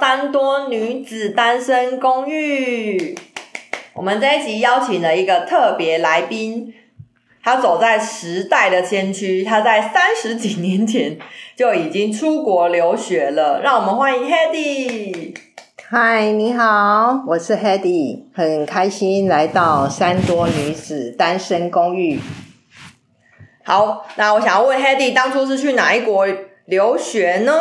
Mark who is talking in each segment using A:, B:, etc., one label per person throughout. A: 三多女子单身公寓。我们这一集邀请了一个特别来宾，他走在时代的先驱，他在三十几年前就已经出国留学了。让我们欢迎 Hedy。
B: 嗨，你好，我是 Hedy，很开心来到三多女子单身公寓。
A: 好，那我想要问 Hedy，当初是去哪一国留学呢？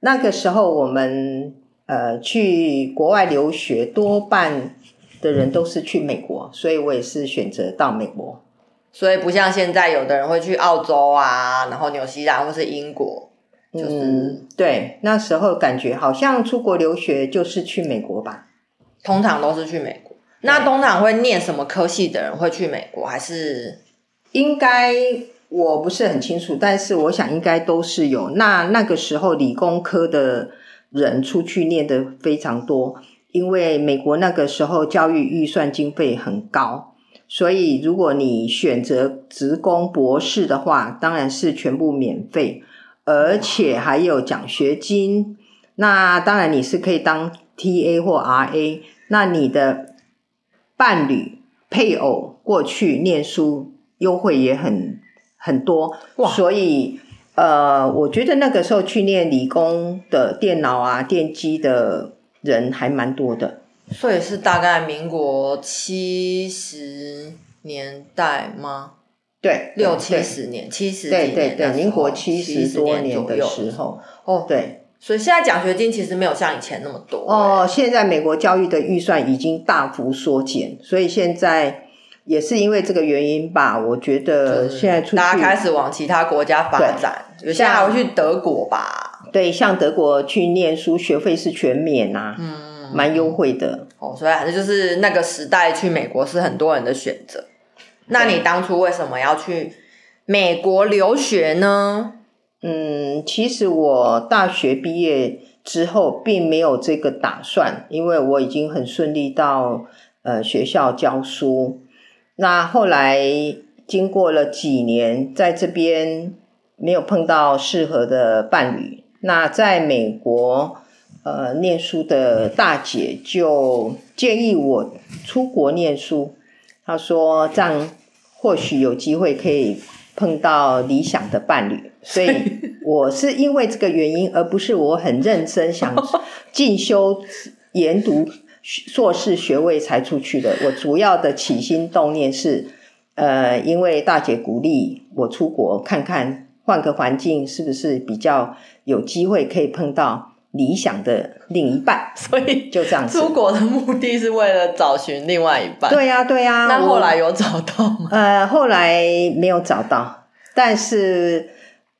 B: 那个时候，我们呃去国外留学，多半的人都是去美国，所以我也是选择到美国。
A: 所以不像现在有的人会去澳洲啊，然后纽西兰或是英国，就是、
B: 嗯，对，那时候感觉好像出国留学就是去美国吧。
A: 通常都是去美国。那通常会念什么科系的人会去美国？还是
B: 应该我不是很清楚，但是我想应该都是有。那那个时候理工科的人出去念的非常多，因为美国那个时候教育预算经费很高，所以如果你选择职工博士的话，当然是全部免费，而且还有奖学金。那当然你是可以当 TA 或 RA，那你的伴侣、配偶过去念书优惠也很很多
A: 哇，
B: 所以呃，我觉得那个时候去念理工的电脑啊、电机的人还蛮多的。
A: 所以是大概民国七十年代吗？
B: 对，
A: 六
B: 嗯对
A: 七，十年，七十
B: 对对
A: 那时
B: 对，
A: 候
B: 民国七十多
A: 年
B: 年
A: 左
B: 的
A: 右
B: 时候，
A: 哦，
B: 对
A: 所以现在奖学金其实没有像以前那么多、
B: 哦，现在美国教育的预算已经大幅缩减，所以现在也是因为这个原因吧，我觉得呃现在出
A: 欸
B: 去
A: 大家开始往其他国家发展，有些还会去德国吧，
B: 对，像德国去念书，学费是全免啊，
A: 嗯，
B: 蛮优惠的。
A: 哦，所以还是就是那个时代去美国是很多人的选择。那你当初为什么要去美国留学呢？
B: 嗯，其实我大学毕业之后并没有这个打算，因为我已经很顺利到呃学校教书。那后来经过了几年，在这边没有碰到适合的伴侣。那在美国，呃，念书的大姐就建议我出国念书。她说这样或许有机会可以碰到理想的伴侣，所以 我是因为这个原因，而不是我很认真想进 修研读硕士学位才出去的。我主要的起心动念是，呃，因为大姐鼓励我出国看看，换个环境是不是比较有机会可以碰到理想的另一半，
A: 所以
B: 就这样 子
A: 出。国的目的是为了找寻另外一半。，
B: 对呀、对呀、
A: 那后
B: 我
A: 来有找到吗？
B: 呃，后来没有找到，但是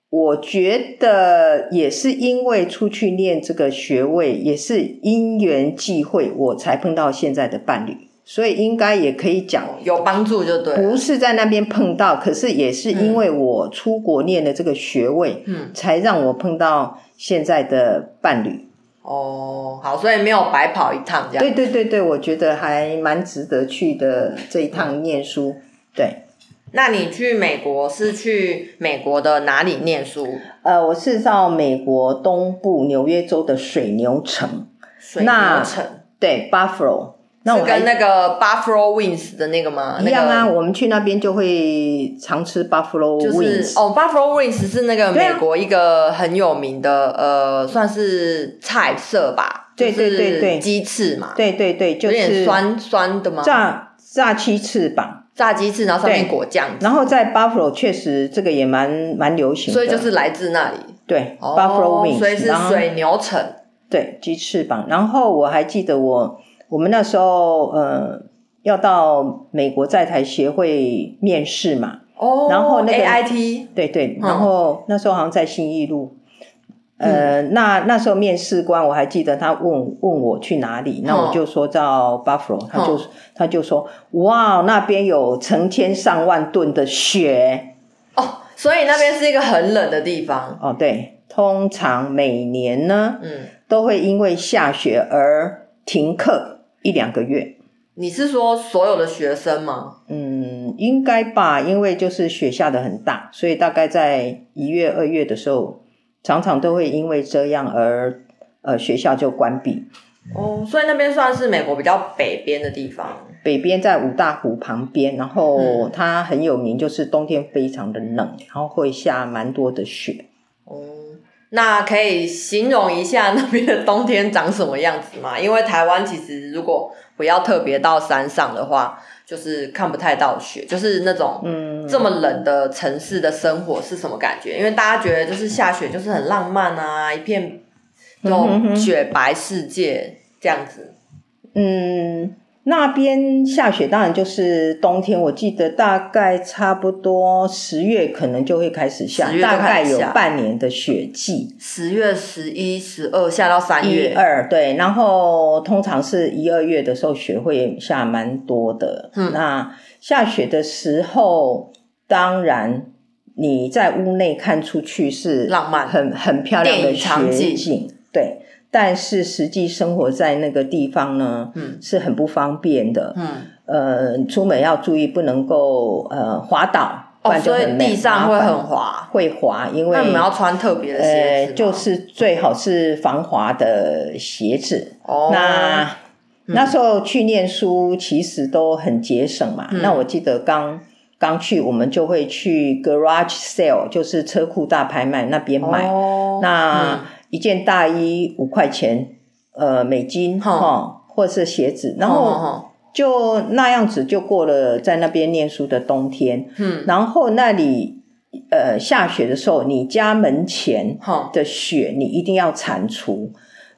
B: 我觉得也是因为出去念这个学位，也是因缘际会，我才碰到现在的伴侣，所以应该也可以讲。
A: 有帮助就对了。
B: 不是在那边碰到，可是也是因为我出国念的这个学位，
A: 嗯，
B: 才让我碰到现在的伴侣。
A: 哦，好，所以没有白跑一趟这样。
B: 对对对对，我觉得还蛮值得去的这一趟念书。对，
A: 那你去美国是去美国的哪里念书？
B: 呃，我是到美国东部纽约州的水牛城，
A: 水牛城
B: 对，Buffalo。那
A: 是
B: 我
A: 跟
B: 还
A: 那个 Buffalo Wings 的那个吗？
B: 一样啊，
A: 那个
B: 我们去那边就会常吃 Buffalo
A: 就是
B: wings，、
A: 哦，Buffalo Wings 是那个
B: 对
A: 美
B: 啊
A: 国一个很有名的、呃，算是菜色吧，
B: 对对对
A: 就是
B: 对
A: 鸡翅嘛，
B: 对对对，就
A: 有点
B: 是
A: 酸酸的嘛，
B: 炸炸鸡翅膀，
A: 炸鸡翅，然后上面
B: 对
A: 裹酱，
B: 然后在 Buffalo 确实这个也蛮蛮流行的，
A: 所以就是来自那里。
B: 对、
A: 哦
B: Buffalo wings，
A: 所以是
B: 然后
A: 水牛城。
B: 对，鸡翅膀。然后我还记得我我们那时候呃要到美国在台协会面试嘛，
A: 哦，
B: 然后那个
A: AIT
B: 对对，
A: 嗯
B: 然后那时候好像在新义路，呃，那那时候面试官我还记得他问问我去哪里，那我就说到 Buffalo，他就他就说哇，那边有成千上万吨的雪
A: 哦，所以那边是一个很冷的地方。
B: 哦，对，通常每年呢
A: 嗯，
B: 都会因为下雪而停课一两个月，
A: 你是说所有的学生吗？
B: 嗯，应该吧，因为就是雪下的很大，所以大概在一月、二月的时候，常常都会因为这样而呃学校就关闭。
A: 哦，所以那边算是美国比较北边的地方。
B: 北边在五大湖旁边，然后
A: 嗯
B: 它很有名，就是冬天非常的冷，然后会下蛮多的雪。
A: 哦，那可以形容一下那边的冬天长什么样子吗？因 为台湾其实如果不要特别到山上的话，就是看不太到雪，就是那种
B: 嗯，
A: 这么冷的城市的生活是什么感觉？因为大家觉得就是下雪就是很浪漫啊，一片那
B: 嗯哼
A: 种
B: 哼
A: 雪白世界这样子。
B: 嗯，那边下雪当然就是冬天，我记得大概差不多十月可能就会开始下
A: 10，月就
B: 大概
A: 开始
B: 有
A: 下
B: 半年的雪季，
A: 十月、十一、十二下到三
B: 一
A: 月，
B: 二对，然后通常是一二月的时候雪会下蛮多的。
A: 嗯
B: 那下雪的时候，当然你在屋内看出去是
A: 浪漫
B: 很很漂亮
A: 电
B: 的
A: 影场
B: 雪
A: 景
B: 景，对。但是实际生活在那个地方呢，
A: 嗯
B: 是很不方便的。
A: 嗯，
B: 呃，出门要注意，不能够呃滑倒，不
A: 哦，
B: 然就
A: 所
B: 很
A: 以
B: 累
A: 地上会
B: 麻烦
A: 很滑，
B: 会滑，因为
A: 那你们要穿特别的鞋
B: 呃
A: 子吗，
B: 就是最好是防滑的鞋子。
A: 哦，嗯
B: 那那时候去念书，其实都很节省嘛。
A: 嗯
B: 那我记得刚刚去，我们就会去 garage sale，就是车库大拍卖那边买。
A: 哦，
B: 那
A: 嗯
B: 一件大衣五块钱，呃，美金哈、
A: 哼
B: 哦，或是鞋子，然后。
A: 哦哦
B: 就那样子就过了在那边念书的冬天，
A: 嗯，
B: 然后那里呃下雪的时候，你家门前
A: 好，
B: 的雪你一定要铲除，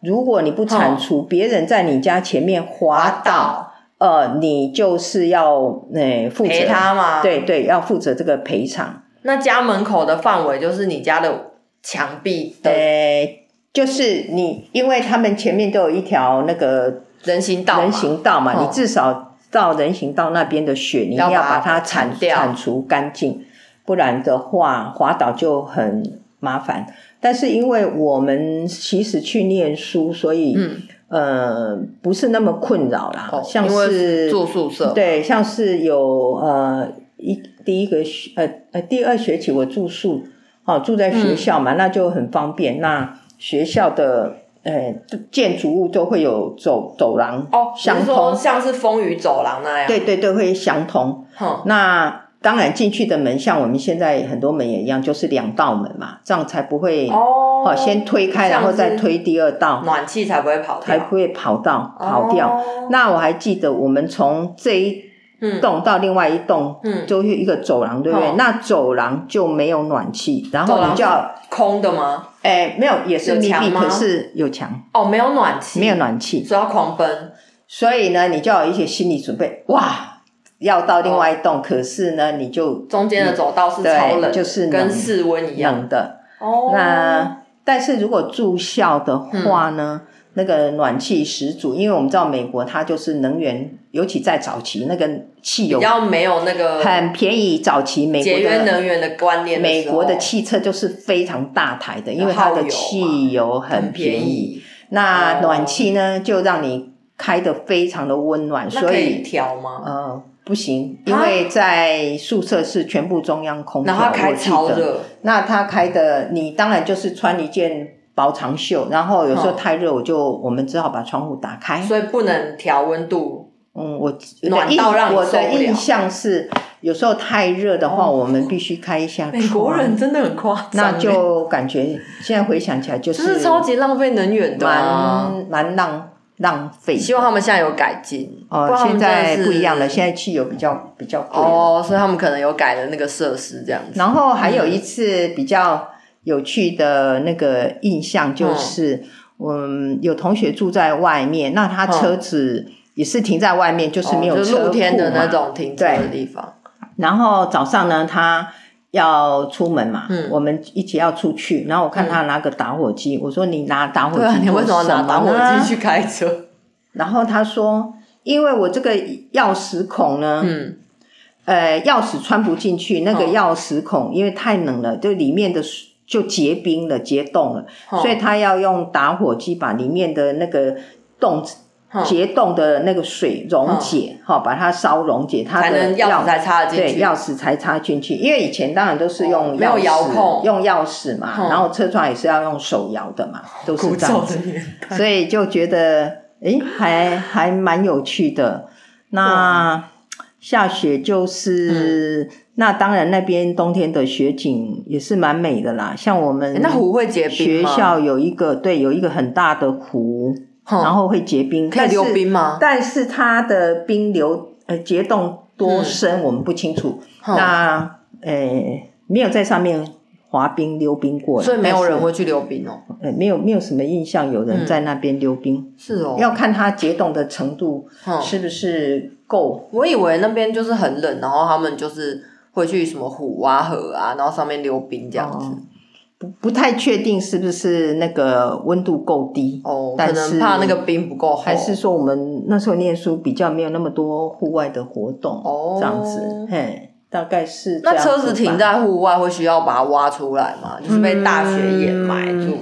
B: 如果你不铲除，别人在你家前面滑倒，呃，你就是要呃负责
A: 陪他嘛，，
B: 对对，要负责这个赔偿，
A: 那家门口的范围就是你家的墙壁的
B: 呃，就是你因为他们前面都有一条那个
A: 人行道嘛，
B: 人行道嘛，
A: 哦
B: 你至少到人行道那边的雪，你一定要
A: 要把
B: 把
A: 它
B: 它铲
A: 铲掉
B: 铲除干净，不然的话滑倒就很麻烦。但是因为我们其实去念书，所以、
A: 嗯，
B: 呃不是那么困扰啦，
A: 哦
B: 像
A: 因为
B: 是
A: 住宿舍，，
B: 对，像是有呃一第一个学呃呃第二学期我住宿，哦住在学校
A: 嗯
B: 嘛，那就很方便。那学校的呃建筑物都会有走走廊
A: 哦，你
B: 相
A: 是说
B: 通，
A: 像是风雨走廊那样，
B: 对对对，会相通。
A: 哼，
B: 那当然进去的门，像我们现在很多门也一样，就是两道门嘛，这样才不会
A: 哦，
B: 哦先推开，然后再推第二道，
A: 暖气才不会跑
B: 才
A: 掉，
B: 不会跑到跑掉。
A: 哦，
B: 那我还记得我们从这一
A: 嗯，
B: 栋到另外一栋，
A: 嗯
B: 就是一个走廊，对不对？
A: 哦
B: 那走廊就没有暖气，然后你就要，
A: 空的吗？
B: 哎，没有，也是
A: 有
B: 密
A: 墙
B: 闭，
A: 吗
B: 可是有墙，
A: 哦，没有暖气，
B: 没有，暖气，
A: 所以要狂奔，
B: 所以呢，你就要有一些心理准备，哇，要到另外一
A: 哦
B: 栋，可是呢，你就
A: 中间的走道是超
B: 对
A: 冷的，
B: 就是冷
A: 跟室温一样。
B: 冷的。
A: 哦，
B: 那但是如果住校的话呢？
A: 嗯
B: 那个暖气十足，因为我们知道美国它就是能源，尤其在早期那个汽油
A: 比较没有那个
B: 很便宜，早期美国
A: 节
B: 的
A: 约能源的观念
B: 美
A: 时
B: 国的
A: 候
B: 汽车就是非常大台的，因为它的汽油很
A: 很
B: 便
A: 便
B: 宜。
A: 宜，
B: 那
A: 哦
B: 暖气呢，就让你开得非常的温暖，
A: 那
B: 所
A: 可以
B: 以
A: 调吗？
B: 呃不行，因
A: 啊
B: 为在宿舍是全部中央空调，
A: 然后它开
B: 我记
A: 超
B: 得。
A: 热，
B: 那它开的，你当然就是穿一件薄长袖，然后有时候
A: 哦
B: 太热，我就我们只好把窗户打开。
A: 所以不能调温度。
B: 嗯，我
A: 暖
B: 我的印
A: 到让你
B: 我
A: 受
B: 的
A: 不了
B: 印象是，有时候太热的话，
A: 哦
B: 我们必须开一下窗。
A: 美国人真的很夸张，
B: 那就感觉现在回想起来就
A: 就是是超级浪费能源的啊。
B: 蛮蛮浪浪费的。
A: 希望他们现在有改进不
B: 哦，
A: 然他
B: 现
A: 们真的
B: 在不一样了，
A: 是
B: 现在汽油比较比较贵。
A: 哦，所以他们可能有改了那个设施这样子。
B: 然后还有一次比较有趣的那个印象就是，嗯，有同学住在外面，那他车子也是停在外面，就是没有
A: 哦就是
B: 车
A: 露天的
B: 库嘛
A: 那。种停车的地方，
B: 然后早上呢，他要出门嘛，
A: 嗯
B: 我们一起要出去。然后我看他拿个打火机，我说你拿打火机
A: 对
B: 做
A: 啊你为什么要
B: 什，么呢，
A: 拿打火机去开车？
B: 然后他说，因为我这个钥匙孔呢，
A: 嗯，
B: 呃，钥匙穿不进去，那个
A: 哦
B: 钥匙孔因为太冷了，就里面的水就结冰了、结冻了，
A: 哦
B: 所以他要用打火机把里面的那个洞
A: 哼
B: 结冻的那个水溶解，哈、把它烧溶解，它
A: 哦嗯才
B: 的
A: 能钥匙才插得进
B: 对
A: 去。
B: 钥匙才插进去，因为以前当然都是
A: 哦
B: 用
A: 没有
B: 钥匙、
A: 遥控
B: 用钥匙嘛，
A: 嗯
B: 然后车窗也是要用手摇的嘛，都是
A: 哦古
B: 这样
A: 早
B: 子
A: 的，年代，
B: 所以就觉得诶还还蛮有趣的。那下雪就是、
A: 嗯
B: 那当然那边冬天的雪景也是蛮美的啦，像我们
A: 诶那湖会结冰
B: 学
A: 吗？
B: 校有一个对有一个很大的湖，
A: 哼
B: 然后会结冰，
A: 可以溜冰吗？
B: 但是它的冰流呃结冻多
A: 嗯
B: 深、我们不清楚。
A: 哼
B: 那呃没有在上面滑冰溜冰过，
A: 所以没有人
B: 但是
A: 会去嗯溜冰哦。
B: 呃没有没有什么印象有人在那边溜冰，
A: 是哦，
B: 要看它结冻的程度
A: 哼
B: 是不是够。
A: 我以为那边就是很冷，然后他们就是会去什么湖啊、河啊，然后上面溜冰这样子。
B: 不不太确定是不是那个温度够低，
A: 哦，可
B: 但
A: 能
B: 是
A: 怕那个冰不够厚，
B: 还是说我们那时候念书比较没有那么多户外的活动，
A: 哦
B: 这样子，嘿，大概是这
A: 那
B: 样子吧
A: 车子停在户外会需要把它挖出来吗？就是被大雪掩埋
B: 嗯
A: 住。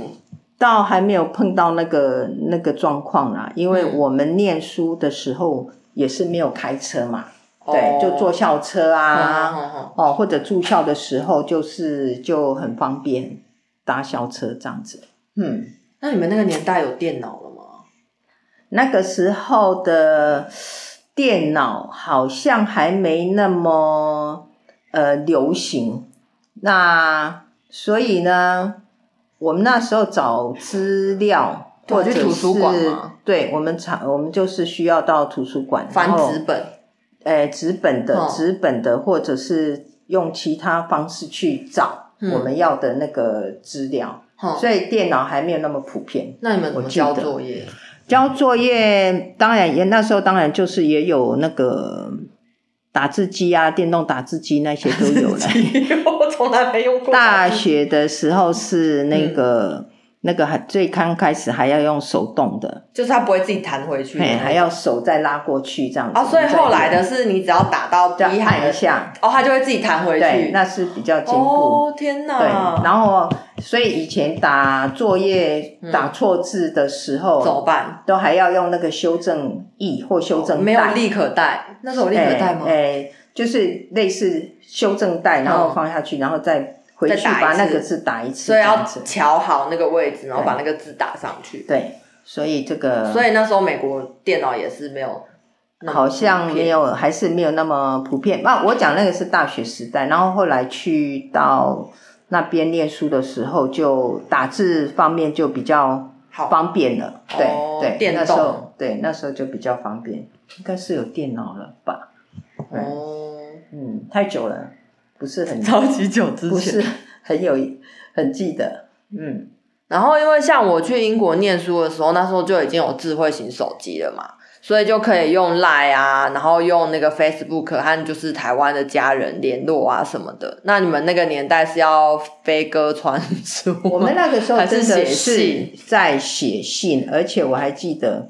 B: 倒还没有碰到那个那个状况啦，因为
A: 嗯
B: 我们念书的时候也是没有开车嘛，
A: 哦
B: 对，就坐校车啊，
A: 嗯嗯嗯
B: 哦，或者住校的时候就是就很方便搭校车这样子，嗯。
A: 那你们那个年代有电脑了吗？
B: 那个时候的电脑好像还没那么呃流行，那所以呢，我们那时候找资料
A: 对啊
B: 或者
A: 去
B: 是
A: 图书馆吗
B: 对，我们常我们就是需要到图书馆，然
A: 翻
B: 后
A: 纸本，
B: 呃纸本的
A: 哦
B: 纸本的，或者是用其他方式去找
A: 嗯哦
B: 我们要的那个资料，
A: 哼
B: 所以电脑还没有那么普遍。
A: 那你们怎么
B: 我记得
A: 交作业？
B: 交作业，当然也那时候当然就是也有那个打字机啊，电动打字机那些都有了。
A: 我从来没用过。
B: 大学的时候是
A: 嗯
B: 那个、那个还最刚开始还要用手动的，
A: 就是它不会自己弹回去的，
B: 哎，还要手再拉过去这样子。
A: 啊，嗯所以后来
B: 的
A: 的是你只要打到第一行
B: 按
A: 的
B: 一，下，
A: 哦，它就会自己弹回
B: 对，
A: 去。
B: 那是比较进步。
A: 哦，天
B: 对，
A: 哪！
B: 然后所以以前打作业
A: 嗯
B: 打错字的时候，
A: 怎么办？
B: 都还要用那个修正液或修正带。
A: 没有立可带，那时候有立可带吗嗯
B: 哎、？哎就是类似修正带，然后放下去，然后再回
A: 再
B: 去
A: 打
B: 把
A: 一次
B: 那个字打一次，
A: 所以
B: 这
A: 要
B: 样子
A: 瞧好那个位置，然后把那个字打上去。
B: 对，所以这个
A: 所以那时候美国电脑也是没有那么普遍，
B: 好像没有，还是没有那么普遍。那我讲那个是大学时代，然后后来去到那边念书的时候，就打字方面就比较
A: 好
B: 方便了。对、
A: 哦
B: 对，
A: 电
B: 那时候
A: 动
B: 对那时候就比较方便，应该是有电脑了吧？对
A: 哦，
B: 嗯，太久了，不是 很
A: 超级久之
B: 不是很有很记得，嗯，
A: 然后因为像我去英国念书的时候，那时候就已经有智慧型手机了嘛，所以就可以用 Line 啊，然后用那个 Facebook 和就是台湾的家人联络啊什么的。那你们那个年代是要飞鸽传书吗？
B: 我们那个时候
A: 还是
B: 真
A: 写
B: 的是
A: 信
B: 在写信，而且我还记得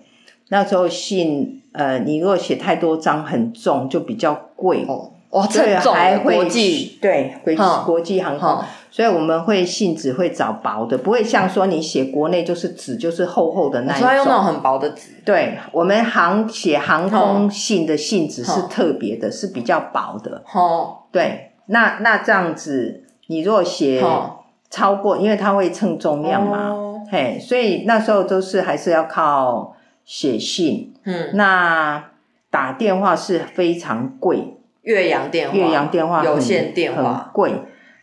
B: 那时候信，呃，你如果写太多张很重，就比较贵，
A: 哦，哇，
B: 所以
A: 这种
B: 啊
A: 欸
B: 还会
A: 国际
B: 对国
A: 嗯
B: 国际航空，
A: 哈，
B: 所以我们会信纸会找薄的，不会像说你写国内就是纸就是厚厚的那
A: 哦所以
B: 一
A: 用那
B: 种。
A: 种很薄的纸，
B: 对我们航写航空信的信纸是
A: 嗯
B: 特别的，是比较薄的。
A: 哈，
B: 对，那那这样子，你若写
A: 哈，
B: 超过，因为它会称重量嘛，
A: 哦
B: 嘿，所以那时候都是还是要靠写信。
A: 嗯，
B: 那打电话是非常贵，
A: 岳阳电话，
B: 岳阳电话很
A: 有线电
B: 很
A: 话，嗯
B: 贵，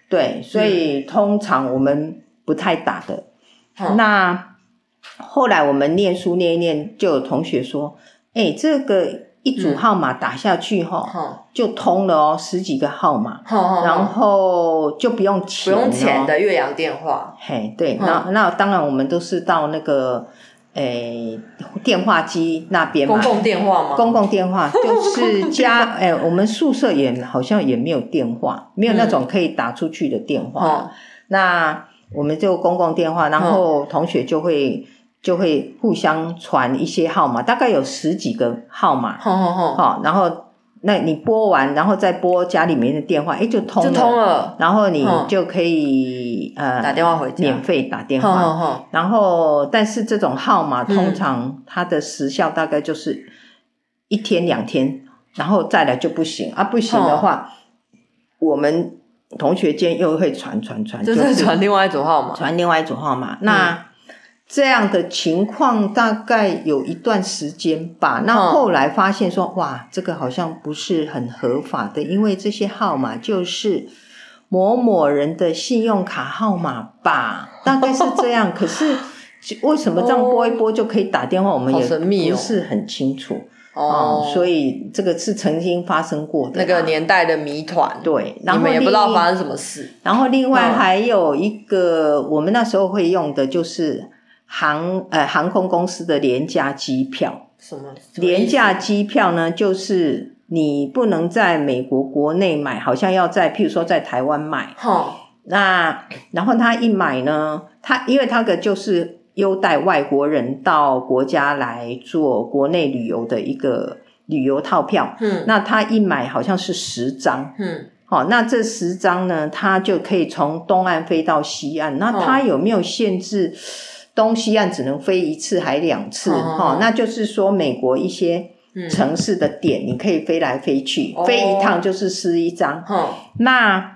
B: 对，所以通常我们不太打的。
A: 哼
B: 那后来我们念书念一念，就有同学说：“哎、这个一组
A: 嗯
B: 号码打下去哈、
A: 哼
B: 就通了哦，十几个号码。”
A: 哼哼，
B: 然后就不用
A: 嗯不
B: 钱、哦
A: 用钱。的岳阳电话，
B: 嘿，对，
A: 嗯
B: 那、那当然我们都是到那个诶电话机那边嘛
A: 公，共电话吗？
B: 公共 电话就是家诶，我们宿舍也好像也没有电话，没有那种可以打出去的电话。
A: 哦，
B: 那我们就公共电话，然
A: 嗯
B: 后同学就会就会互相传一些号码，大概有十几个号码，
A: 哼哼哼，
B: 好、然后那你拨完，然后再拨家里面的电话，哎，就通
A: 就
B: 了，
A: 通了，
B: 然后你
A: 嗯
B: 就可以、
A: 打
B: 呃
A: 电话回家，
B: 免费打电
A: 哼
B: 话。
A: 哼哼
B: 然后，但是这种号码
A: 嗯
B: 通常它的时效大概就是一天两天，然后再来就不行啊，不行的
A: 哦
B: 话，我们同学间又会传传传，
A: 就
B: 嗯就是
A: 传另外一组号 码，
B: 传另外一组号
A: 嗯
B: 码。那这样的情况大概有一段时间吧。那
A: 嗯
B: 后来发现说，哇，这个好像不是很合法的，因为这些号码就是某某人的信用卡号码 吧，大概是这样。可是 就为什么这样拨一拨就可以打电话？我们
A: 好
B: 也
A: 神秘哦
B: 不是很清楚嗯
A: 哦，
B: 所以这个是曾经发生过的
A: 那
B: 啦。
A: 个年代的谜团，
B: 对，然
A: 你
B: 后
A: 们也不知
B: 另
A: 道
B: 一
A: 发生什么事，
B: 然后另外
A: 嗯
B: 还有一个，我们那时候会用的就是航呃航空公司的廉价机票。
A: 什么什么意
B: 廉
A: 思
B: 价机票呢，就是你不能在美国国内买，好像要在譬如说在台湾买。
A: 哼
B: 那然后他一买呢，他因为他个就是优待外国人到国家来做国内旅游的一个旅游套票。
A: 嗯
B: 那他一买好像是十张，
A: 嗯
B: 好、那这十张呢，它就可以从东岸飞到西岸。那它
A: 哦
B: 有没有限制东西岸只能飞一次还两次？
A: 哦
B: 哈、那就是说美国一些
A: 嗯
B: 城市的点，你可以飞来飞去，
A: 哦
B: 飞一趟就是撕一张。
A: 哼
B: 那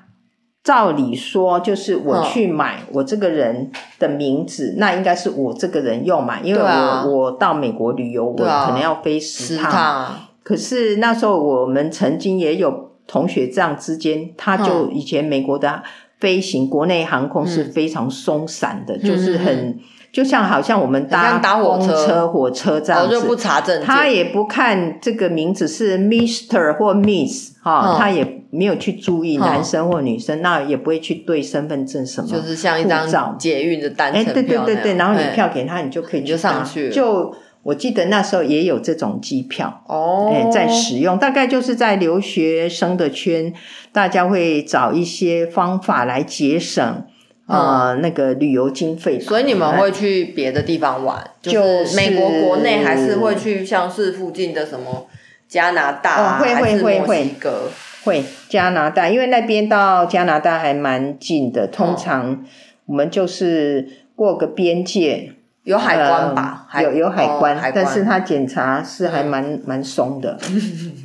B: 照理说，就是我
A: 哦
B: 去买我这个人的名字，那应该是我这个人要买，因为我、
A: 对啊
B: 我到美国旅游，我
A: 对啊
B: 可能要飞
A: 食
B: 十趟。
A: 堂
B: 可是那时候我们曾经也有同学这样之间，他
A: 嗯
B: 就以前美国的飞行，国内航空是非常松散的，就是很就像好像我们
A: 嗯很
B: 搭
A: 像搭火
B: 公
A: 车
B: 车、火车这
A: 我
B: 样
A: 就不
B: 子。
A: 查证件，
B: 他也不看这个名字是 Mister 或 Miss 哈、
A: 嗯
B: 他也没有去注意
A: 嗯
B: 男生或女生，那也不会去对身份证什么。
A: 就是像一
B: 护照
A: 张捷运的单
B: 哎，
A: 程票
B: 对对对对，
A: 那样
B: 然后你
A: 哎
B: 票给他，你就可以
A: 你就上
B: 搭
A: 去了
B: 就我记得那时候也有这种机票，
A: 哦
B: 哎、在使用，大概就是在留学生的圈，大家会找一些方法来节省、呃那个旅游经费吧。
A: 嗯所以你们
B: 哎
A: 会去别的地方玩，
B: 就是
A: 美国国内还是会去像是附近的什么加拿大、啊
B: 哦会会
A: 还是
B: 会
A: 墨西哥，
B: 会加拿大，因为那边到加拿大还蛮近的，通
A: 嗯
B: 常我们就是过个边界。
A: 有海关吧？
B: 呃有有海关，
A: 哦海关嗯
B: 但是它检查是还蛮蛮松 的，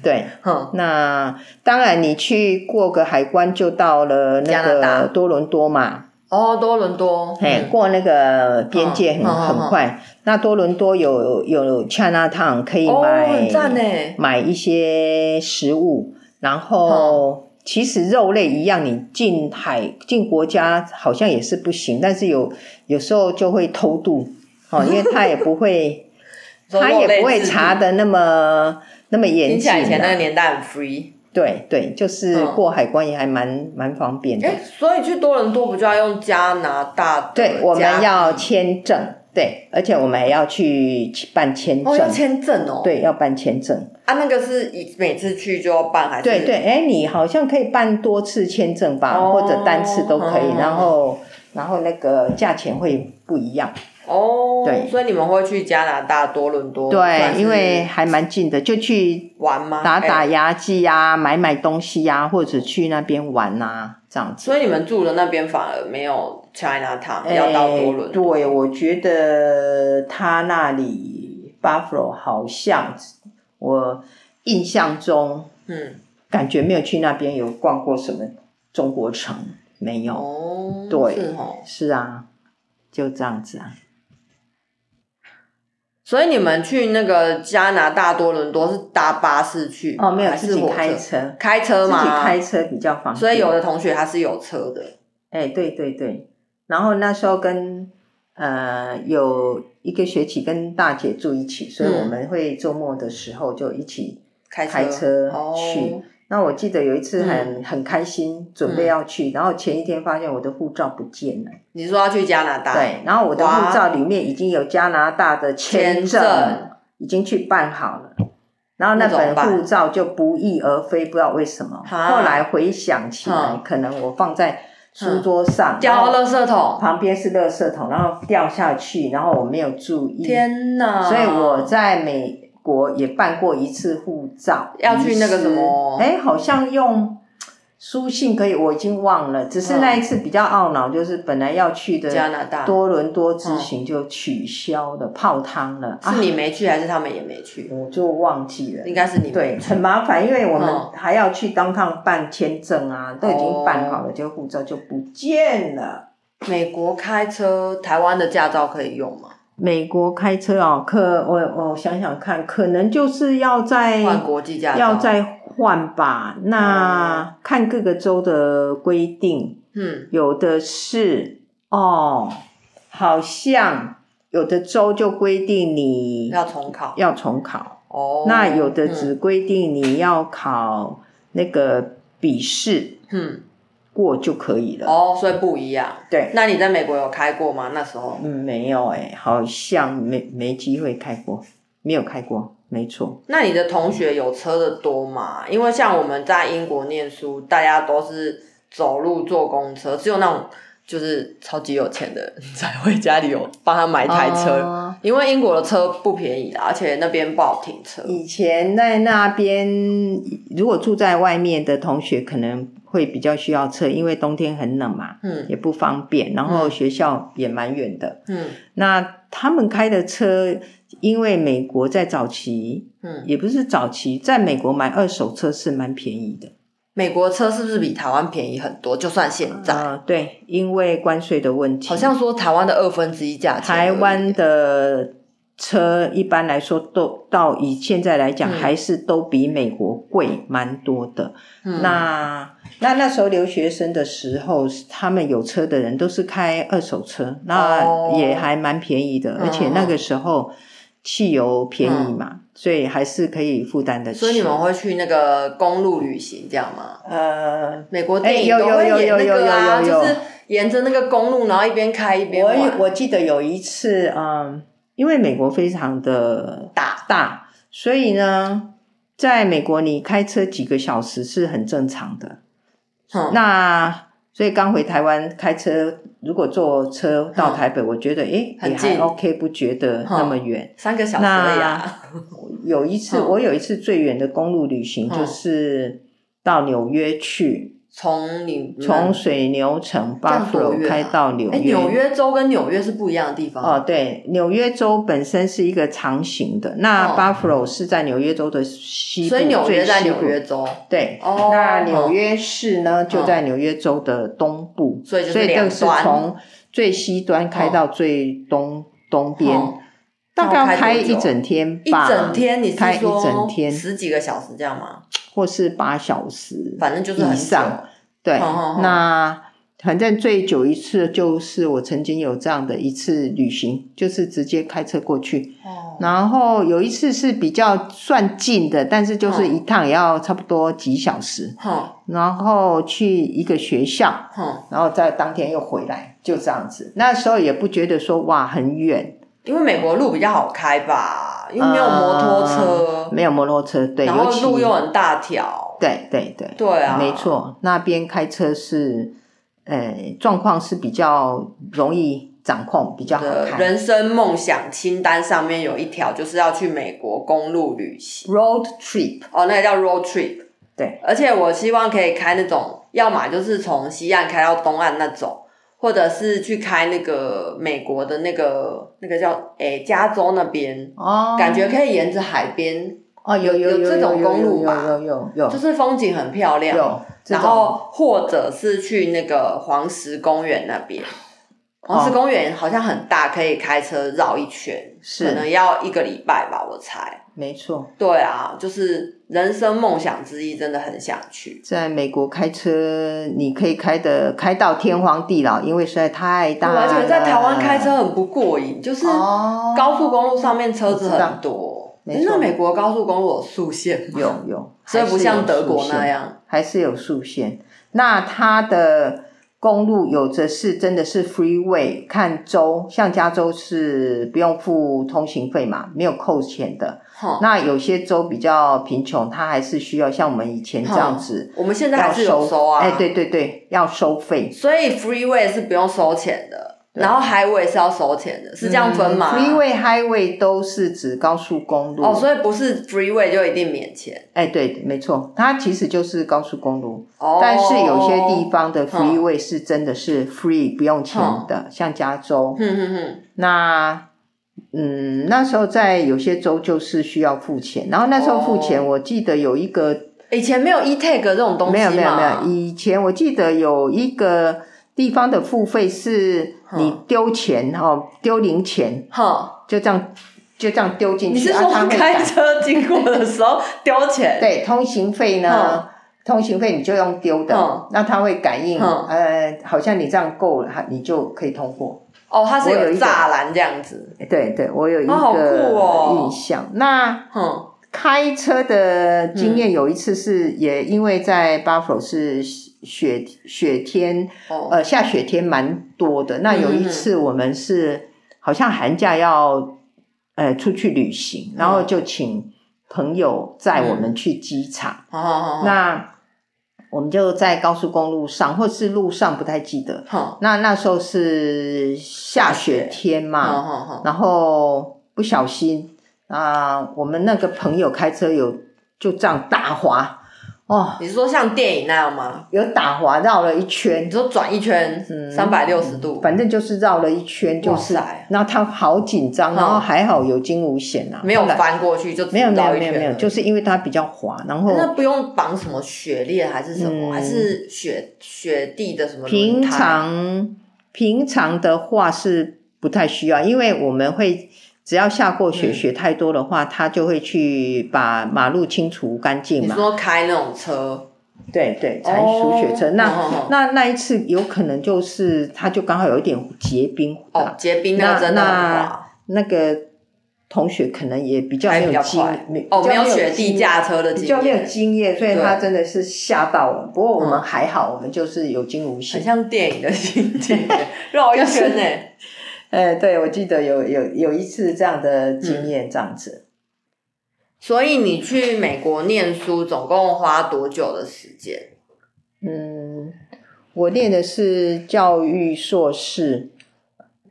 B: 对。
A: 哼，
B: 那当然，你去过个海关就到了那
A: 加拿大
B: 个多伦多嘛，
A: 哦，多伦多，
B: 哎，
A: 嗯
B: 过那个边界很、
A: 嗯嗯嗯
B: 很快。那多伦多有有 China Town 可以
A: 哦，
B: 买、
A: 很赞呢，
B: 买一些食物，然
A: 嗯
B: 后、其实肉类一样，你进海进国家好像也是不行，但是有有时候就会偷渡 哦，因为他也不会他也不会查的那么那么严
A: 听起
B: 谨、
A: 来以前那个
B: 啊。
A: 年代很 free，
B: 对对，就是
A: 嗯
B: 过海关也还蛮蛮方便的。
A: 哎、所以去多伦多不就要用加拿大的
B: 对，我
A: 加哦
B: 们要签证，对，而且我们还要去办签证，
A: 哦要签证哦，
B: 对，要办签证，
A: 啊，那个是以每次去就要办还是？
B: 对对，哎，你好像可以办多次签证吧，
A: 哦
B: 或者单次都可以，
A: 嗯
B: 然后然后那个价钱会不一样，
A: 哦，
B: 对
A: 所以你们会去加拿大多伦多哦算
B: 对，
A: 是
B: 因为还蛮近的，就去
A: 玩吗？
B: 打打
A: 哎
B: 牙祭呀、买买东西呀、或者去那边玩呐、这样子。
A: 所以你们住的那边反而没有 China Town，要到多伦多。
B: 哎对，我觉得他那里 Buffalo 好像，我印象中
A: 嗯，
B: 感觉没有去那边有逛过什么中国城，没有。
A: 哦，
B: 对
A: 是哦。
B: 是啊，就这样子啊。
A: 所以你们去那个加拿大多伦多是搭巴士去，
B: 哦，没有
A: 还
B: 自
A: 是
B: 己
A: 火
B: 开
A: 车，
B: 车，
A: 开车
B: 自己
A: 嘛。
B: 开车比较方便。
A: 所以有的同学他是有车的，
B: 哎，对对对，然后那时候跟呃有一个学期跟大姐住一起，所以
A: 嗯
B: 我们会周末的时候就一起
A: 开车
B: 开车
A: 哦
B: 去。那我记得有一次很、很开心，准备要去，然后前一天发现我的护照不见了。
A: 你说要去加拿大，，
B: 对，然后我的
A: 哇
B: 护照里面已经有加拿大的签
A: 签
B: 证，
A: 证
B: 已经去办好了。然后
A: 那
B: 那
A: 怎么
B: 本
A: 办
B: 护照就不翼而飞，不知道为什么。
A: 哈
B: 后来回想起来，
A: 嗯
B: 可能我放在书桌上，
A: 掉
B: 然后
A: 到垃圾桶，
B: 旁边是垃圾桶，然后掉下去，然后我没有注意，
A: 天哪！
B: 所以我在美国也办过一次护照，
A: 要去那个什么
B: 哎，诶好像用书信可以，我已经忘了。只是那一次比较懊恼，就是本来要去的
A: 加拿大
B: 多伦多之行就取消了，泡汤了。啊
A: 嗯是你没去还是他们也没去？
B: 我就忘记了。
A: 应该是你
B: 对，很麻烦，因为我们
A: 嗯
B: 还要去当趟办签证啊，都已经办好了，就护照就不见了。
A: 美国开车，台湾的驾照可以用吗？
B: 美国开车哦，可我我想想看，可能就是要在
A: 换国际驾照
B: 哎要再换吧。
A: 哦
B: 那看各个州的规定，
A: 嗯
B: 有的是哦，好像有的州就规定你
A: 要重考
B: 要重考，
A: 哦。
B: 那有的
A: 嗯
B: 只规定你要考那个笔试
A: 嗯
B: 过就可以了。
A: 哦，所以不一样。
B: 对，
A: 那你在美国有开过吗？那时候
B: 嗯，没有哎、好像没没机会开过，没有开过，没错。
A: 那你的同学有车的多吗？因为像我们在英国念书，大家都是走路坐公车，只有那种就是超级有钱的人才会家里有帮他买一台车，
B: 哦
A: 因为英国的车不便宜啦，而且那边不好停车。
B: 以前在那边，如果住在外面的同学可能会比较需要车，因为冬天很冷嘛，
A: 嗯
B: 也不方便，然后学校也蛮远的。
A: 嗯
B: 那他们开的车，因为美国在早期，
A: 嗯，
B: 也不是早期，在美国买二手车是蛮便宜的。
A: 美国车是不是比台湾便宜很多？就算现在，
B: 呃，对，因为关税的问题，
A: 好像说台湾的二分之一价钱而已。
B: 台湾的车一般来说都到以现在来讲，
A: 嗯
B: 还是都比美国贵蛮多的。
A: 嗯
B: 那那那时候留学生的时候，他们有车的人都是开二手车，那
A: 哦
B: 也还蛮便宜的，
A: 嗯
B: 而且那个时候汽油便宜嘛，所以还是可以负担得起。
A: 所以你们会去那个公路旅行这样吗？
B: 呃。
A: 美国电
B: 哎
A: 影
B: 有
A: 都会
B: 有有
A: 演那
B: 有有
A: 个啊，
B: 有有
A: 就是沿着那个公路，然后一边开一边玩
B: 我。我记得有一次，嗯，因为美国非常的
A: 大
B: 大，所以呢，在美国你开车几个小时是很正常的。
A: 哼
B: 那所以刚回台湾开车，如果坐车到台北，我觉得诶、
A: 嗯很
B: 也还
A: 近嗯
B: OK，不觉得那么远。
A: 三个小时而已啊。
B: 有一次，
A: 嗯
B: 我有一次最远的公路旅行
A: 嗯
B: 就是到纽约去，
A: 从你们
B: 从水牛城
A: 这样多
B: Buffalo
A: 远啊
B: 开到纽
A: 哎
B: 约。
A: 纽约州跟纽约是不一样的地方
B: 哦，对，纽约州本身是一个长形的，那
A: 哦
B: Buffalo 是在纽约州的西部，
A: 所以纽约在
B: 最西部
A: 纽约州。
B: 对。
A: 哦，嗯
B: 那纽约市呢，就在纽约州的东部，
A: 所以就是
B: 这
A: 两
B: 个是
A: 端哦
B: 从最西端开到最东、东边，
A: 哼
B: 大概要
A: 那要
B: 开
A: 开多久
B: 一整天
A: 哦一
B: 吧，
A: 整天，你是
B: 开一
A: 说
B: 整天
A: 十几个小时这样吗？
B: 或是八小时，
A: 反正就是很
B: 以上
A: 久。哦
B: 对，
A: 哼哼哼
B: 那反正最久一次就是我曾经有这样的一次旅行，就是直接开车过去，
A: 哦，
B: 然后有一次是比较算近的，但是就是一趟也要差不多几小
A: 嗯
B: 时，
A: 哼
B: 然后去一个学校，
A: 哼，
B: 然后在当天又回来，就这样子。那时候也不觉得说哇很远，
A: 因为美国路比较好开吧，因为没有摩托车，
B: 没有摩托车，呃对，
A: 然
B: 尤
A: 后
B: 其
A: 路又很大条。
B: 对对对，
A: 对啊，
B: 没。错，那边开车是，呃，状况是比较容易掌控，比较好
A: 的
B: 开。
A: 人生梦想清单上面有一条，就是要去美国公路旅行
B: Road trip，
A: 哦，那个叫 road trip。
B: 对，
A: 而且我希望可以开那种，要么就是从西岸开到东岸那种，或者是去开那个美国的那个那个叫诶、加州那边，
B: 哦，
A: 感觉可以沿着海边，
B: 哦有有
A: 有这种
B: 有
A: 公路
B: 有
A: 吧
B: 有有有
A: 就
B: 有
A: 是风景很漂亮。
B: 有，这
A: 然
B: 种
A: 后或者是去那个黄石公园那
B: 哦
A: 边，黄石公园好像很大，可以开车绕一圈，
B: 是
A: 可能要一个礼拜吧，我猜。
B: 没错。
A: 对啊，就是人生梦想之一，真的很想去。
B: 在美国开车，你可以开的开到天荒地老，因为实在太
A: 对，
B: 大了。
A: 而且在台湾开车很不过瘾，就是
B: 哦，
A: 高速公路上面车子
B: 我知道
A: 很多。
B: 没错
A: 那美国高速公路有速限吗？
B: 有有，
A: 所以不像德国
B: 还
A: 那
B: 是有速限，
A: 样。
B: 还是有速限。那它的公路有的是真的是 freeway，看州，像加州是不用付通行费嘛，没有扣钱的。
A: 哼，
B: 那有些州比较贫穷，它还是需要像我们以前这样子
A: 我哦们现在
B: 要哎
A: 还是有收啊。
B: 哎，对对对，要收费。
A: 所以 freeway 是不用收钱的。
B: 对嗯
A: 然后 highway 是要收钱的，是这样分吗？
B: freeway、highway 都是指高速公路。
A: 哦，所以不是 freeway 就一定免钱
B: 哎，对，没错，它其实就是高速公路，
A: 哦。嗯
B: 但是有些地，方的 freeway 是真的是 free 不用钱的，像加州。
A: 哼哼哼，
B: 那嗯，那时候在有些州就是需要付钱，然后那时候付钱，
A: 哦
B: 我记得有一个
A: 以前没有 e tag 这种东西
B: 没有没有，E 没有，
A: 有，
B: 以前我记得有一个地方的付费是你丢钱哦，丢零钱
A: 哼，
B: 就这样就这样丢进
A: 你
B: 去，
A: 是
B: 啊，他
A: 说
B: 会
A: 开
B: 改
A: 车经过的时候丢 钱？
B: 对通行费
A: 哦
B: 呢？通行费你就用丢的
A: 嗯，
B: 那他会感应，
A: 嗯
B: 呃，好像你这样够了，它你就可以通过。
A: 哦，它是
B: 我有
A: 有
B: 一个
A: 栅栏这样子，
B: 对对，我有一
A: 哦好酷
B: 个
A: 哦
B: 印象。那
A: 哼，
B: 开车的经验有一次是，也因为在 Buffalo 是雪雪天，
A: 哦，
B: 呃，下雪天蛮多的。那
A: 嗯
B: 有一
A: 嗯嗯
B: 次我们是好像寒假要呃出去旅行，然后就请朋友载我
A: 嗯
B: 们去机场。
A: 好好好，
B: 那我们就在高速公路上，或是路上，不太记得。
A: 哼，
B: 那那时候是下雪天嘛，
A: 哼哼哼，
B: 然后不小心啊、我们那个朋友开车有就这样打滑哦，
A: 你是说像电影那样吗？
B: 有打滑绕了一圈
A: 你，说转一圈
B: 嗯
A: 三百六十度，
B: 反正就是绕了一圈，就
A: 哇
B: 是
A: 塞，
B: 然后他好紧张，
A: 嗯
B: 然后还好有惊无险啊，
A: 没有
B: 后来
A: 翻过去就
B: 没有
A: 只
B: 没有
A: 绕一
B: 没有
A: 圈
B: 没有，
A: 而已
B: 就是因为它比较滑，然后
A: 那不用绑什么雪链还是什么，
B: 哦嗯
A: 还是雪雪地的什么轮
B: 平
A: 胎
B: 常平常的话是不太需要，因为我们会只要下过雪，
A: 嗯
B: 雪太多的话，他就会去把马路清除干净
A: 你
B: 嘛，
A: 说开那种车，
B: 对对，才除雪车。
A: 哦
B: 那、
A: 哦哦
B: 那那一次有可能就是他就刚好有一点结冰打
A: 哦，结冰那个真的很滑，
B: 那个同学可能也比较没有
A: 还比较
B: 经
A: 快
B: 没
A: 哦，
B: 比较
A: 没有
B: 经
A: 雪地驾车的
B: 比
A: 经
B: 较没有
A: 验，
B: 经验，所以
A: 对
B: 他真的是吓到了。不过我们
A: 嗯
B: 还好，我们就是有惊无险
A: 很。像电影的情节，
B: 哦
A: 绕一圈呢、
B: 哎，对，我记得有有有一次这样的经验，这样子。
A: 所以你去美国念书，总共花多久的时间？
B: 嗯，我念的是教育硕士，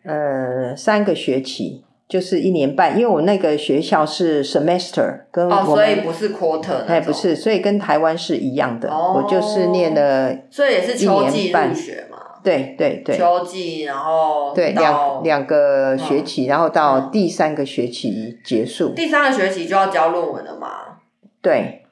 B: 呃，三个学期，就是一年半，因为我那个学校是 semester，跟
A: 哦，
B: 嗯我
A: 所以
B: 们
A: 不是 quarter，那
B: 哎不
A: 种，
B: 是，所以跟台湾是一样的。
A: 哦
B: 我就是念了，
A: 所以也是秋
B: 一
A: 季
B: 年半
A: 入学嘛，
B: 对对对。
A: 秋季，然后
B: 对，
A: 到
B: 两两个学期，然后到
A: 嗯
B: 第三个学期结束。
A: 第三个学期就要交论文了嘛。
B: 对，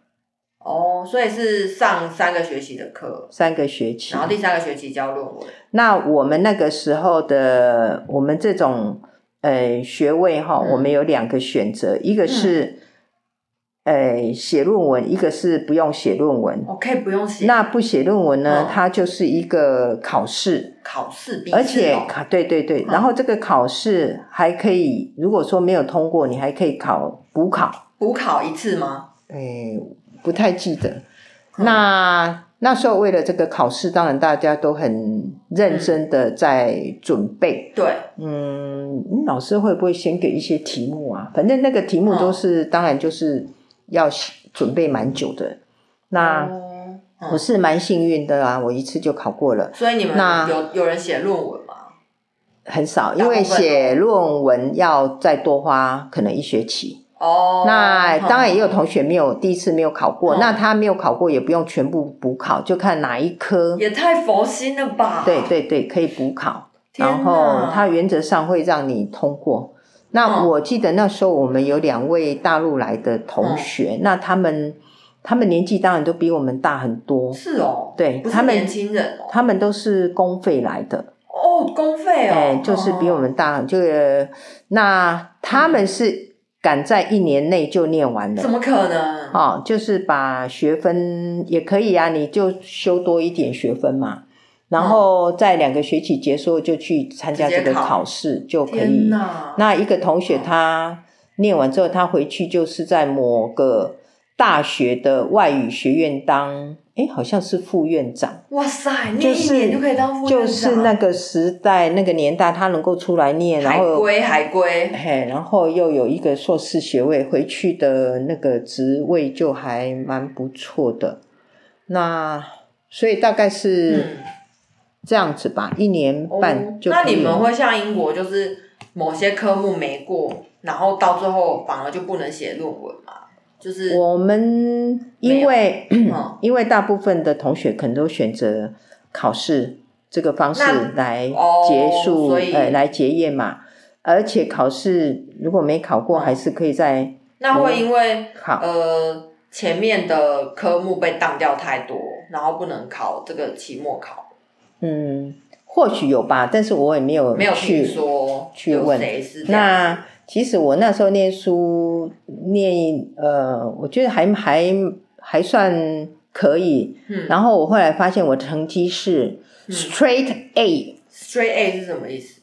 A: 哦，所以是上三个学期的课，
B: 三个学期
A: 然。后第三个学期交论文。
B: 那我们那个时候的我们这种呃学位哈，
A: 嗯
B: 我们有两个选择，一个是呃写论文，一个是不用写论文。
A: 我哦可以不用写
B: 那不写论文呢
A: 嗯，
B: 它就是一个考哦试，
A: 考试笔试哦，
B: 而且考对对对，
A: 嗯
B: 然后这个考试还可以，如果说没有通过，你还可以考补考。
A: 补考一次吗？
B: 诶，哎不太记得。
A: 嗯
B: 那那时候为了这个考试，当然大家都很认真的在准备。
A: 对，
B: 嗯，老师会不会先给一些题目啊？反正那个题目都是，
A: 哦
B: 当然就是要准备蛮久的。那
A: 哦
B: 我
A: 嗯，
B: 是蛮幸运的啊，我一次就考过了，
A: 所以你们
B: 那
A: 有有人写论文吗？
B: 很少，
A: 大
B: 因
A: 部分哦
B: 为写论文要再多花可能一学期。
A: 哦，
B: 那
A: 嗯
B: 当然也有同学没有第一次没有考过，
A: 嗯
B: 那他没有考过也不用全部补考，就看哪一科。
A: 也太佛心了吧？
B: 对，对对，可以补考，
A: 天哪
B: 然后它原则上会让你通过。那
A: 嗯
B: 我记得那时候我们有两位大陆来的
A: 嗯
B: 同学，那他们他们年纪当然都比我们大很多，
A: 是哦，
B: 对
A: 不
B: 他
A: 是
B: 们
A: 年轻人哦，
B: 他们都是公费来的。
A: 哦，公费哦，
B: 哎，就是比我
A: 嗯
B: 们大，就那他们是赶在一年内就念完了
A: 怎。嗯么可能？
B: 哦，就是把学分也可以啊，你就修多一点学分嘛，然后在两个学期结束就去参加这
A: 直
B: 个
A: 接考
B: 考试就可以
A: 天。哪，
B: 那一个同学他念完之后，他回去就是在某个大学的外语学院当，诶，好像是副院长，
A: 哇塞，
B: 就
A: 念一
B: 是
A: 年就可以当副院
B: 就
A: 长啊
B: 是那个时代那个年代，他能够出来念，然
A: 海
B: 后
A: 归海归，
B: 嘿，然后又有一个硕士学位，回去的那个职位就还蛮不错的。那所以大概是
A: 嗯，
B: 这样子吧，一年
A: 哦
B: 半就
A: 那
B: 可以
A: 你
B: 了
A: 们会像英国，就是某些科目没过，然后到最后反而就不能写论文嘛？ 就是
B: 我们因为
A: 嗯
B: 因为大部分的同学可能都选择考试这个方式
A: 那
B: 来
A: 哦
B: 结束，
A: 所以
B: 呃，来结业嘛。而且考试如果没考
A: 嗯
B: 过，还是可以再
A: 那会因为
B: 考。
A: 呃前面的科目被当掉太多，然后不能考这个期末考，
B: 嗯，或许有吧，但是我也没有
A: 没有听
B: 去
A: 说
B: 去
A: 有
B: 问
A: 谁是这样
B: 那其实我那时候念书念呃，我觉得还还还算可以。
A: 嗯
B: 然后我后来发现我成绩是
A: 嗯
B: straight A，、
A: straight A 是什么意思？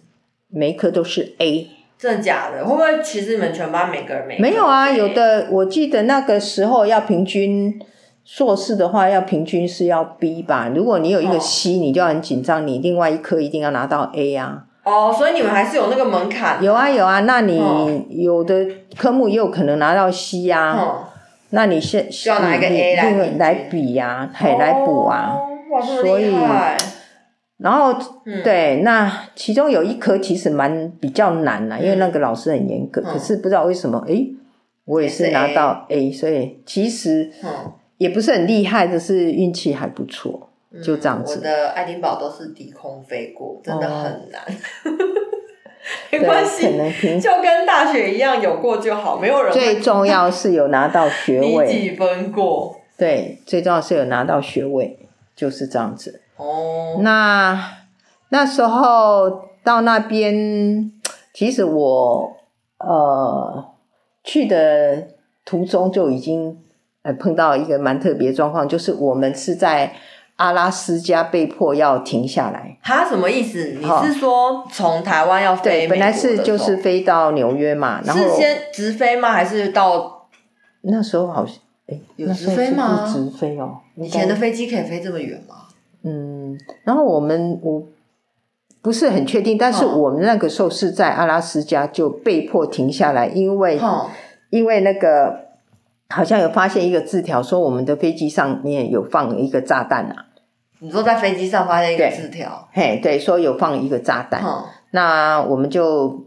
B: 每一科都是 A。
A: 真的假的？会不会其实你们全班每个人每个
B: 没
A: 人
B: 有啊，
A: 是 A？
B: 有的我记得那个时候要平均硕士的话，要平均是要 B 吧。如果你有一
A: 哦
B: 个 C，、你就很紧张，你另外一科一定要拿到 A 啊。
A: 哦，所以你们还是有那个门槛。
B: 有啊有啊，那
A: 哦
B: 你有的科目也有可能拿到 C 呀、啊。
A: 嗯，
B: 那你现需
A: 要拿一个 A 来比
B: 来比呀、还来补啊。
A: 哦，哇，这么
B: 所
A: 厉
B: 以
A: 害！
B: 然后
A: 嗯，
B: 对，那其中有一科其实蛮比较难啊啦、因为那个老师很严格。
A: 嗯
B: 可是不知道为什么，诶，我也
A: 也
B: 是
A: 是
B: 拿到 A，所以其实
A: 嗯，
B: 也不是很厉害，只是运气还不错。
A: 嗯
B: 就这样子哦
A: 我的爱丁堡都是低空飞过，真的很 难。没
B: 对，
A: 关
B: 可
A: 系，
B: 能平
A: 就跟大学一样，有过就好，没有人
B: 最
A: 会
B: 重要是有拿到学
A: 你
B: 位，
A: 几分过。
B: 对，最重要是有拿到学位，就是这样子。嗯
A: 哦，
B: 那那时候到那边，其实我呃去的途中就已经呃碰到一个蛮特别的状况，就是我们是在阿拉斯加被迫要停下来。
A: 他什么意思？你
B: 好
A: 是说从台湾要飞
B: 对，
A: 美国
B: 本来
A: 的
B: 是
A: 时
B: 就
A: 候
B: 是飞到纽约嘛，然后
A: 是先直飞吗？还是到
B: 那时候好像哎，
A: 有
B: 那
A: 直
B: 时候
A: 飞
B: 是不
A: 吗
B: 直飞哦，
A: 以
B: 以
A: 前的飞机可以飞这么远吗？
B: 嗯，然后我们我不是很确定，但是
A: 哦
B: 我们那个时候是在阿拉斯加就被迫停下来，因为、
A: 哼，
B: 因为那个好像有发现一个字条说我们的飞机上面有放一个炸弹啊，
A: 你说在飞机上发现一个
B: 对
A: 字条，
B: 嘿，对，说有放一个炸弹，
A: 哼
B: 那我们就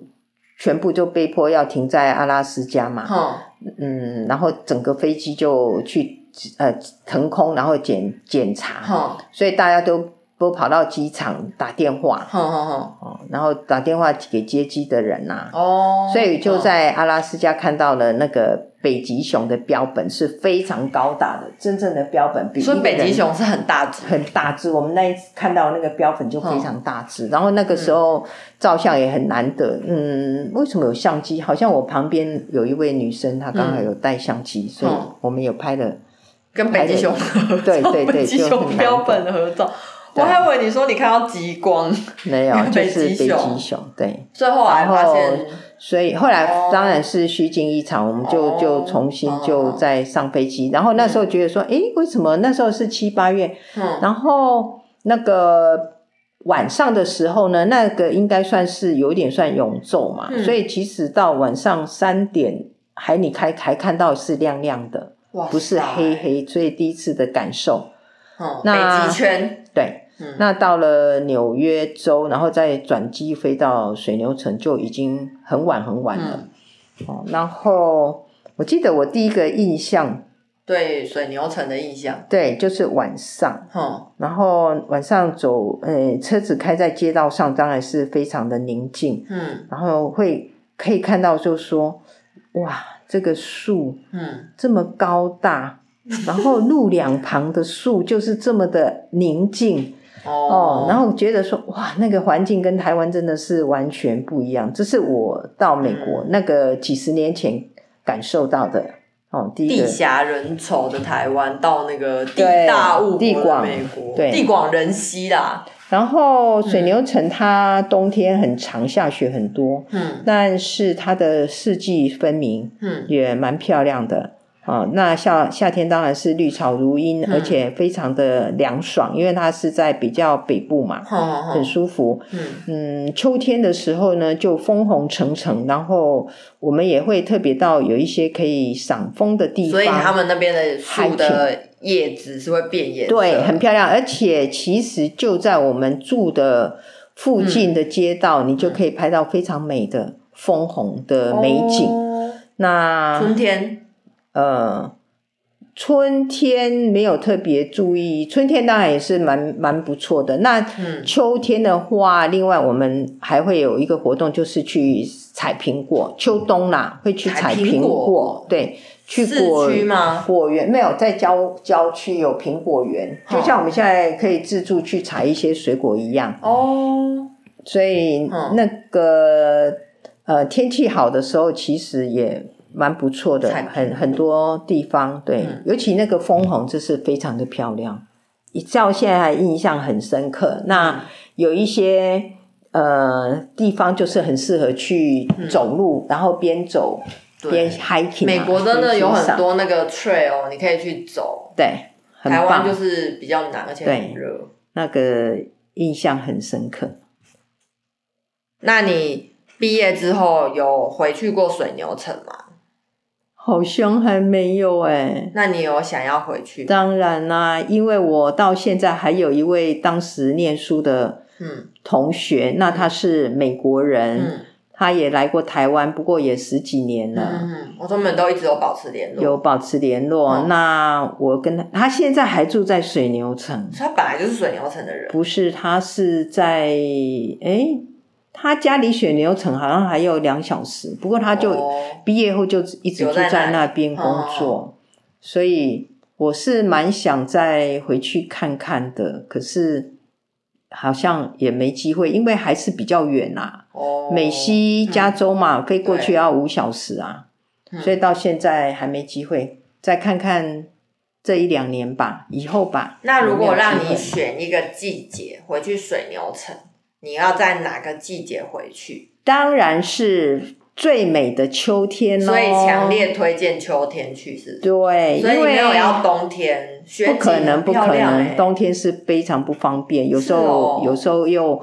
B: 全部就被迫要停在阿拉斯加嘛，
A: 哼，
B: 嗯，然后整个飞机就去呃腾空，然后检检查，
A: 哼
B: 所以大家都都跑到机场打电话。
A: 哼哼哼，
B: 哦，然后打电话给接机的人呐、
A: 哦，
B: 所以就
A: 哼
B: 在阿拉斯加看到了那个北极熊的标本是非常高大的，真正的标本比
A: 所以
B: 一个
A: 北极
B: 人
A: 熊是很大只，
B: 很大只。我们那一次看到那个标本
A: 哦
B: 就非常大只，然后那个时候照相也很难得。嗯，为什么有相机？好像我旁边有一位女生，她刚好有带相机，所以
A: 嗯
B: 我们有拍了。
A: 跟北极熊合照，
B: 对对对
A: 北极
B: 就
A: 熊
B: 很
A: 标本的合照。我还以为你说你看到极光，
B: 没有，就
A: 北
B: 是
A: 极
B: 北
A: 熊
B: 极熊，对。
A: 最后来发
B: 然
A: 现
B: 后，所以后来
A: 哦
B: 当然是虚惊一场，我们就
A: 哦
B: 就重新就再上飞机。然后那时候觉得说，诶，为什么那时候是七八月？
A: 嗯，
B: 然后那个晚上的时候呢，那个应该算是有点算永昼嘛，
A: 嗯
B: 所以其实到晚上三点海你开还看到是亮亮的，
A: 哇塞
B: 不是黑，黑，所以第一次的感受，
A: 嗯，
B: 那
A: 北极圈，
B: 对。
A: 嗯，
B: 那到了纽约州，然后再转机飞到水牛城，就已经很晚很晚了。
A: 嗯，
B: 哦，然后我记得我第一个印象，
A: 对水牛城的印象，嗯
B: 对，就是晚上，
A: 哼，
B: 然后晚上走，呃，车子开在街道上，当然是非常的宁静，
A: 嗯
B: 然后会可以看到，就说，哇，这个树
A: 嗯，
B: 这么高 大，然后路两旁的树就是这么的宁静。哦，然
A: 后
B: 后我觉得说哇，那个环境跟台湾真的是完全不一样，这是我到美国、那个几十年前感受到的。哦，第一
A: 地
B: 个
A: 狭人稠的台湾到那个地
B: 对
A: 大物
B: 地
A: 博的
B: 广
A: 美国，
B: 对
A: 地广人稀啦，
B: 然后水牛城它冬天很长，下雪很多，
A: 嗯
B: 但是它的四季分明，
A: 嗯
B: 也蛮漂亮的。啊、那夏夏天当然是绿草如茵，
A: 嗯
B: 而且非常的凉爽，因为它是在比较北部嘛，
A: 哼
B: 很
A: 哼哼，
B: 舒服。
A: 嗯
B: 嗯，秋天的时候呢，就枫红层层，然后我们也会特别到有一些可以赏枫的地方，
A: 所以他们那边的树的叶子是会变颜色，
B: 对，很漂亮。而且其实就在我们住的附近的街道，你就可以拍到非常美的枫红的美景。啊
A: 哦
B: 那
A: 春天，
B: 呃，春天没有特别注意，春天当然也是蛮蛮不错的。那
A: 嗯，
B: 秋天的话，另外我们还会有一个活动，就是去采苹果。秋冬啦，会去
A: 采
B: 采
A: 苹
B: 苹
A: 果
B: 果，对，去
A: 市
B: 果
A: 区吗？
B: 果园没有，在郊郊区有苹果园，
A: 哦
B: 就像我们现在可以自助去采一些水果一样。
A: 哦，
B: 所以
A: 嗯
B: 那个、呃天气好的时候，其实也蛮不错的
A: 采苹，果
B: 很很多地方对，
A: 嗯
B: 尤其那个枫红，这是非常的漂亮，一到现在还印象很深
A: 嗯
B: 刻。那有一些。呃，地方就是很适合去走路，然后边走边
A: 对，
B: hiking 啊、
A: 美国真的
B: 边
A: 有
B: 欣
A: 很
B: 赏
A: 多那个 trail，你可以去走。
B: 对，很
A: 台湾
B: 棒
A: 就，是比较难，而且很
B: 对
A: 热。
B: 那个印象很深刻。
A: 那你毕业之后有回去过水牛城吗？
B: 好像还没有哎、
A: 那你有想要回去？
B: 当然啦、因为我到现在还有一位当时念书的
A: 嗯
B: 同学，那他是美国人，
A: 嗯
B: 他也来过台湾，不过也十几年
A: 嗯
B: 了。
A: 嗯，我们都一直有保持联络。
B: 有保持联络，
A: 哦
B: 那我跟他，他现在还住在水牛城，
A: 所以他本来就是水牛城的人。
B: 不是他是在诶，他家离水牛城好像还有两小时，不过他就
A: 哦
B: 毕业后就一直
A: 留
B: 住
A: 在
B: 在
A: 那哦
B: 那边工作，所以我是蛮想再回去看看的，可是好像也没机会，因为还是比较远啊。
A: 哦
B: 美西加州嘛，飞过去
A: 对
B: 要五小时啊，
A: 嗯
B: 所以到现在还没机会，再看看这一两年吧，以后吧。
A: 那如
B: 有
A: 果
B: 没有机
A: 让
B: 会
A: 你选一个季节回去水牛城，你要在哪个季节回去？
B: 当然是最美的秋天喽，
A: 所以强烈推荐秋天去，是不是？
B: 对，
A: 所以
B: 欸因
A: 你
B: 为
A: 没有要冬天，雪
B: 不可
A: 景
B: 能，
A: 很
B: 不
A: 漂
B: 可
A: 亮
B: 能，
A: 欸
B: 冬天是非常不方便，有时
A: 是
B: 候、
A: 哦
B: 有时候又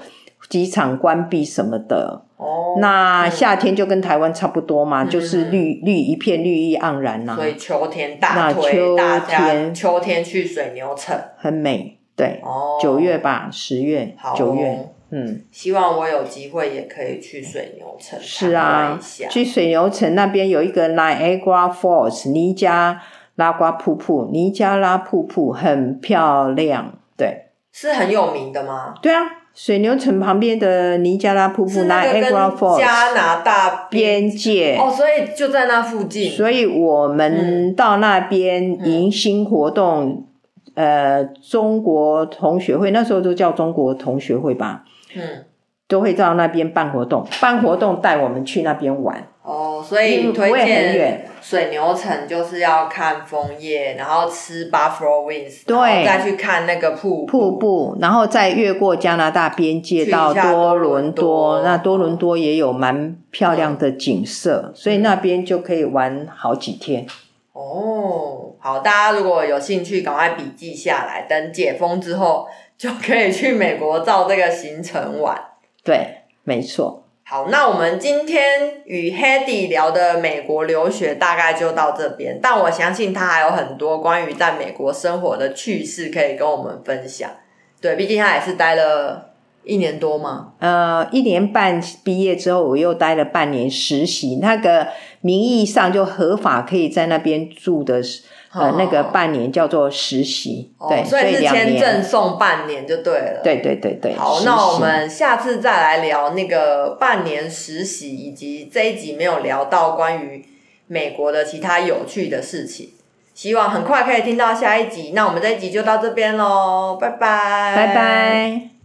B: 机场关闭什么的。
A: 哦，
B: 那
A: 嗯
B: 夏天就跟台湾差不多嘛，
A: 嗯
B: 就是绿绿一片，绿意盎然啊呐、
A: 所以秋天大
B: 那
A: 推
B: 秋
A: 大家
B: 天
A: 秋天去水牛城
B: 很美。对，
A: 哦，
B: 九、月吧，十月
A: 好、哦、
B: 九月，嗯，
A: 希望我有机会也可以去水牛城参
B: 是
A: 观
B: 啊
A: 一下，
B: 去水牛城那边有一个 Niagara Falls 尼加拉瓜瀑布，尼加拉瀑布很漂亮。对，
A: 是很有名的吗？
B: 对啊，水牛城旁边的尼加拉瀑布
A: 是那个
B: Niagara
A: 跟
B: Falls
A: 加拿大
B: 边界。
A: 哦，所以就在那附近，
B: 所以我
A: 嗯
B: 们到那边迎新活动，
A: 嗯
B: 呃，中国同学会那时候都叫中国同学会吧，
A: 嗯，
B: 都会到那边办活动，办活动带我们去那边玩。
A: 哦，所以
B: 因
A: 你
B: 为
A: 推
B: 不会很
A: 荐
B: 远
A: 水牛城就是要看枫叶，然后吃 buffalo wings，
B: 对
A: 然后再去看那个瀑
B: 瀑布，然后再越过加拿大边界
A: 去一
B: 到
A: 下多
B: 多
A: 伦
B: 伦
A: 多
B: 多，那多伦多也有蛮漂亮的景色，所以那边就可以玩好几天。
A: 哦，好，大家如果有兴趣，赶快笔记下来，等解封之后就可以去美国照这个行程玩。
B: 对，没错。
A: 好，那我们今天与 Hedy 聊的美国留学大概就到这边，但我相信他还有很多关于在美国生活的趣事可以跟我们分享。对，毕竟他也是待了一年多嘛。
B: 呃，一年半毕业之后，我又待了半年实习。那个名义上就合法可以在那边住的是，呃，那个半年叫做实习，
A: 哦，
B: 对，
A: 所
B: 所
A: 以是
B: 两
A: 签证
B: 年，
A: 送半年就对了。。
B: 对对对对。
A: 好，
B: 实
A: 那我
B: 习
A: 们下次再来聊那个半年实习，以及这一集没有聊到关于美国的其他有趣的事情。希望很快可以听到下一集。那我们这一集就到这边喽，拜拜，
B: 拜拜。